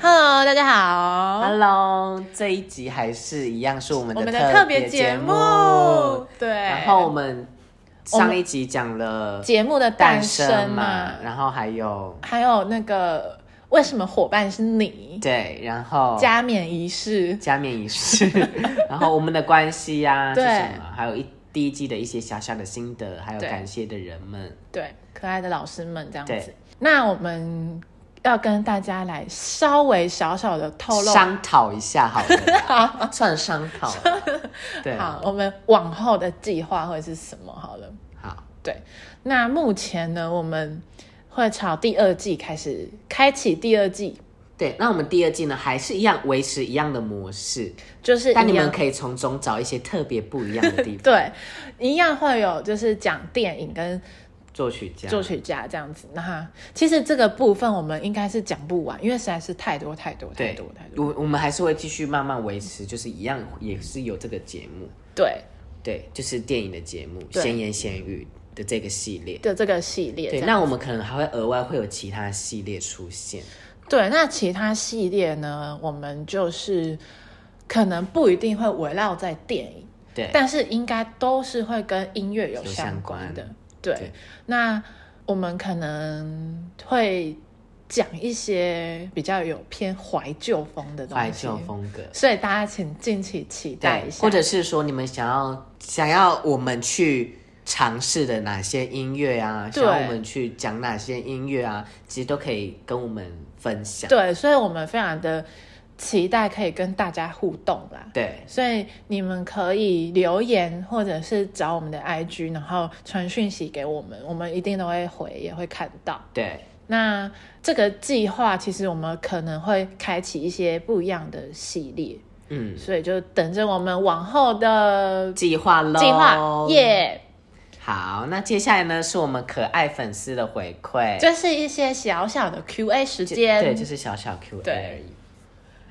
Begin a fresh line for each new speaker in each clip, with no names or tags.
Hello，大家好
Hello，这一集还是一样是我们
哦我
的
们的特别
别
节
目，
对，
然后我们上一集讲了
节目的诞
诞
生
生
嘛
嘛，，然后还有
还有那个为什么伙伴是你
对，然后
嗯加冕仪式，
加冕仪式， 然后我们的关系呀、是
对
什么？还有一第一季的一些小小的心得，还有
对
感谢的人们，
对，可爱的老师们这样子
对。
那我们要跟大家来稍微小小的透露，
商讨一下好了， 算商讨了，对啊，
好，我们往后的计划会是什么？好了，
好，
对，那目前呢，我们会朝第二季开始开启第二季。
对，那我们第二季呢，还是一样维持一样的模式，
就是
但你
一样
们可以从中找一些特别不一样的地方。
对，一样会有就是讲电影跟
作曲家，
作曲家这样子。那哈其实这个部分我们应该是讲不完，因为实在是太多太多太
对
多太，多。
我我们还是会继续慢慢维持，就是一样也是有这个节目，
对
对，就是电影的节目
对
《闲言闲语》的这个系列。
的这个系列这
对，
样，
那我们可能还会额外会有其他系列出现，
对那其他系列呢，我们就是可能不一定会围绕在电影，
对，
但是应该都是会跟音乐有
有
相
相
关
关
的。对，
对
那我们可能会讲一些比较有偏怀旧风的东西，
怀旧风格，
所以大家请敬请期待
对
一，下，
或者是说你们想要想要我们去尝试的哪些音乐啊，
对
想要我们去讲哪些音乐啊，其实都可以跟我们分享。
对，所以我们非常的期待可以跟大家互动啦。
对
所以你们可以留言，或者是找我们的 IG，然后传讯息给我们，我们一定都会回，也会看到。
对
那这个计划其实我们可能会开启一些不一样的系列，
嗯，
所以就等着我们往后的
计划喽，
计划耶。
好，那接下来呢是我们可爱粉丝的回馈，
这是一些小小的 Q&A 时间，
对，就是小小 Q A
对
而已。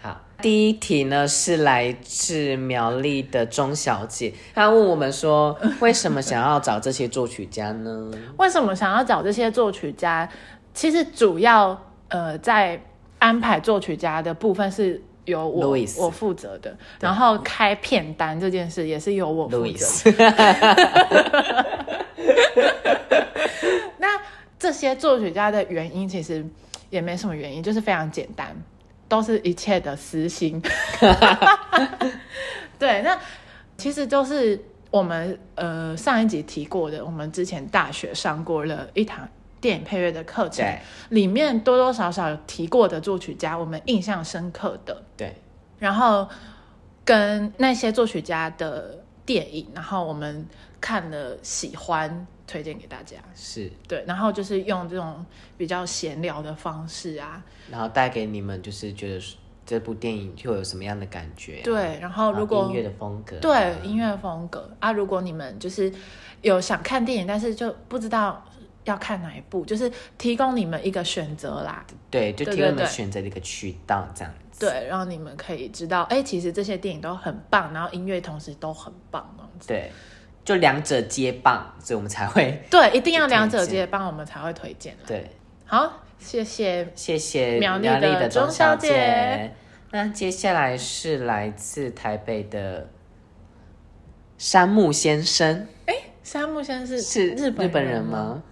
好，第一题呢是来自苗栗的钟小姐，她问我们说，为什么想要找这些作曲 家呢？
为什么想要找这些作曲家？其实主要呃在安排作曲家的部分是由我
Louis
我负责的，然后开片单这件事也是由我负
路
责
易
的。
斯，
那这些作曲家的原因其实也没什么原因，就是非常简单，都是一切的私心。 对，那其实都是我们呃上一集提过的，我们之前大学上过了一堂电影配乐的课程
对，
里面多多少少有提过的作曲家，我们印象深刻的，
对
然后跟那些作曲家的电影，然后我们看了喜欢，推荐给大家。
是，
对，然后就是用这种比较闲聊的方式啊，
然后带给你们就是觉得这部电影会有什么样的感觉、，
对，然后如
啊音
果
乐的风格啊、
对音乐风格啊，如果你们就是有想看电影，但是就不知道要看哪一部，就是提供你们一个选择啦，
对，就
对
提供
对
你们
对
选择的一个渠道这样子。
对，然后你们可以知道，哎，其实这些电影都很棒，然后音乐同时都很棒，这样子。
对，就两者接棒，所以我们才会
对，一定要两者
推荐
皆帮我们才会推荐啦。
对。
好，谢谢。
谢谢
苗栗
栗
的
的
钟
钟
小
小
姐
姐。那接下来是来自台北的山木先生，
山木先生
是
日本
日本人？吗？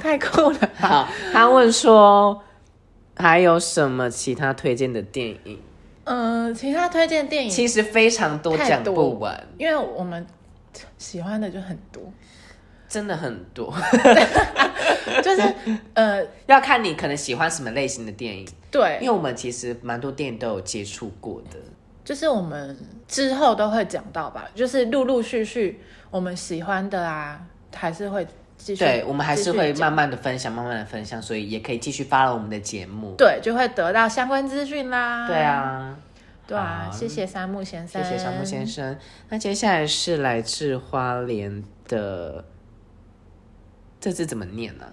太酷了！
好，他问说还有什么其他推荐的电影？
嗯、其他推荐电影
其实非常多，
嗯太
讲
多
不完，
因为我们喜欢的就很多，
真的很多，
就是 呃，
要看你可能喜欢什么类型的电影，因
对，
为我们其实蛮多电影都有接触过的。
就是我们之后都会讲到吧，就是陆陆续续我们喜欢的啊，还是会继续，
对，我们还是会
继续讲
慢慢的分享，慢慢的分享，所以也可以继续发了我们的节目。
对，就会得到相关资讯啦。
对，啊。
对啊，
好
谢谢山木先
谢
生，
谢山木先生。那接下来是来自花莲的，这字怎么念呢、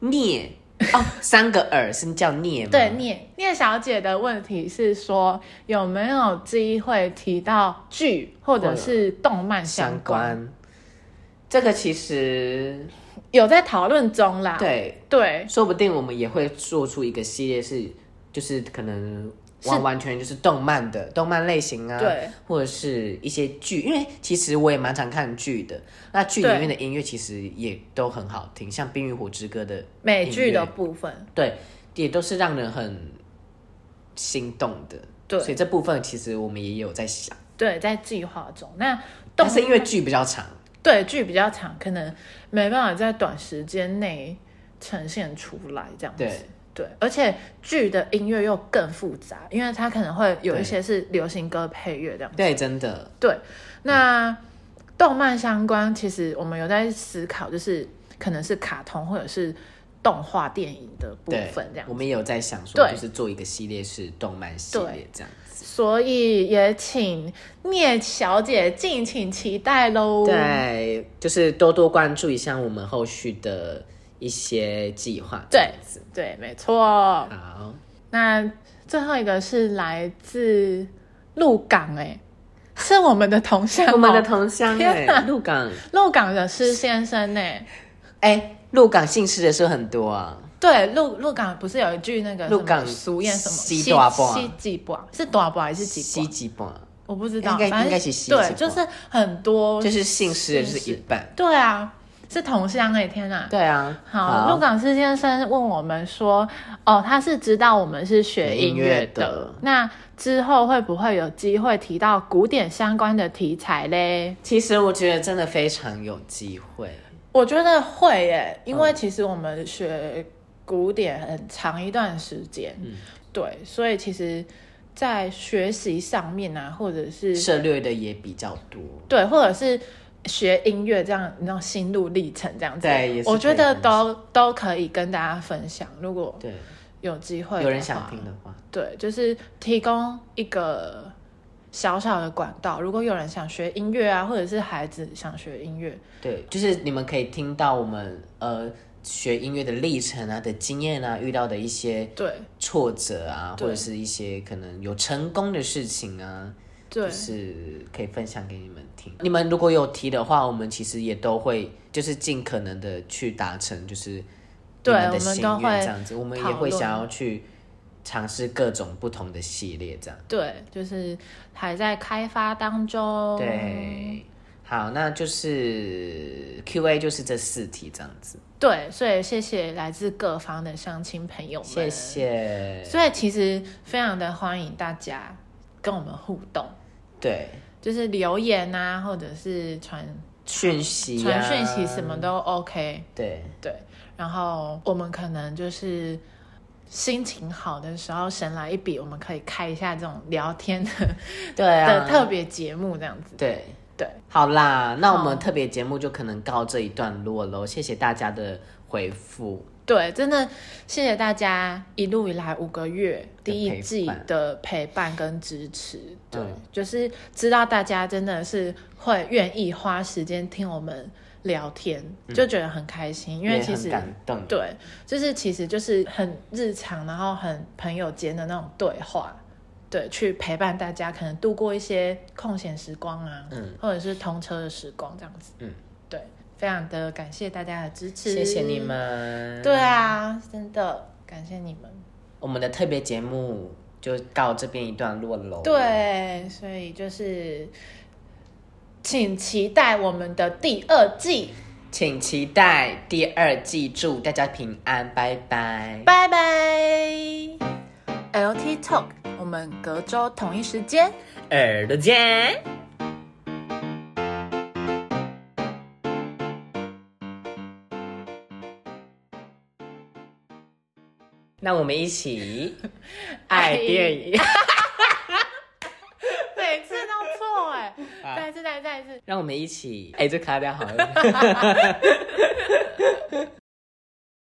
聂哦，三个耳是叫聂吗？
对，聂聂小姐的问题是说有没有机会提到剧或者是动漫
相
相关？
关。这个其实
有在讨论中啦。
对，
对
说不定我们也会做出一个系列是，就是可能完完全就是动漫的动漫类型啊，
对，
或者是一些剧，因为其实我也蛮常看剧的。那剧里
对
面的音乐其实也都很好听，像《冰与火之歌》的，
美剧
音乐
的部分，
对，也都是让人很心动的。
对
所以这部分其实我们也有在想，
对，在计划中。那动
但是因为剧比较长，
对剧比较长，可能没办法在短时间内呈现出来这样子。
对
对，而且剧的音乐又更复杂，因为它可能会有
对
一些是流行歌配乐这样子。
对，真的，
对，那动漫相关，其实我们有在思考，就是可能是卡通或者是动画电影的部
对
分这样
我
子。
们也有在想说，
对
就是做一个系列是动漫系列这样子。
所以也请聂小姐敬请期待喽。
对，就是多多关注一下我们后续的一些计划。
对对，没错。
好，
那最后一个是来自鹿港、哎，是我们的同乡哦、
我们的同乡
天
哎，
哪
鹿港
鹿港的施先生欸呢、
哎，鹿港姓氏的是很多啊，
对，鹿鹿港不是有一句那个
鹿港
什么俗谚什么
西大半
西几半是大半还是几
西
半？
吉本
我不知道，
应该
反正
应该是西几
对，
半
就是很多，
就是姓氏的就是一半。
对啊，是同乡哎、天哪！
对啊，
好，鹿港施先生问我们说，哦，他是知道我们是学音乐
学音乐
的
的，
那之后会不会有机会提到古典相关的题材嘞？
其实我觉得真的非常有机会。
我觉得会耶，因为其实我们学古典很长一段时间，对，所以其实，在学习上面啊，或者是
涉略的也比较多，
对，或者是学音乐这样，你知道心路历程这样子，
对也是
我觉得
可以分
都都可以跟大家分享。如果
对，
有机会，
有人想听，的话，
对，就是提供一个小小的管道。如果有人想学音乐啊，或者是孩子想学音乐，
对，就是你们可以听到我们呃学音乐的历程啊的经验啊，遇到的一些
对
挫折啊，
对
或者是一些可能有成功的事情啊，
对
就是可以分享给你们听。你们如果有提的话，我们其实也都会就是尽可能的去达成，就是
对我
你们的
们
心
都
愿
会
这样子，我们也
讨
会
论
想要去尝试各种不同的系列这样。
对，就是还在开发当中。，
对，好，那就是 Q&A 就是这四题这样子，
对，所以谢谢来自各方的乡亲朋友们，
谢。谢。
所以其实非常的欢迎大家跟我们互动。
对，
就是留言啊，或者是传
讯息、啊、
传讯息什么都 OK。
对，
对，然后我们可能就是心情好的时候，神来一笔，我们可以开一下这种聊天的、
对啊，
的特别节目这样子。
对。
对，
好啦，那我
好
们特别节目就可能告这一段落喽，谢谢大家的回复。
对，真的谢谢大家一路以来五个月
的
第
陪
一季
伴
的陪伴跟支持，对，
嗯
就是知道大家真的是会愿意花时间听我们聊天，就觉得很开心，因为
嗯也
其
很
实
感动，
对，就是其实就是很日常，然后很朋友间的那种对话，对，去陪伴大家，可能度过一些空闲时光啊，
嗯，
或者是通车的时光这样子，
嗯，
对，非常的感谢大家的支持，
谢谢你，们。
对，啊，真的感谢你们，
我们的特别节目就告这边一段落喽。，哦
对，所以就是请期待我们的第二季，
请期待第二季，祝大家平安，拜拜。
拜拜，LT Talk，我们隔周同一时间。
耳朵见。那我们一起 爱电影，
每次都错哎、
啊
再一次，再一次，再一次。
让我们一起哎，这卡掉好了。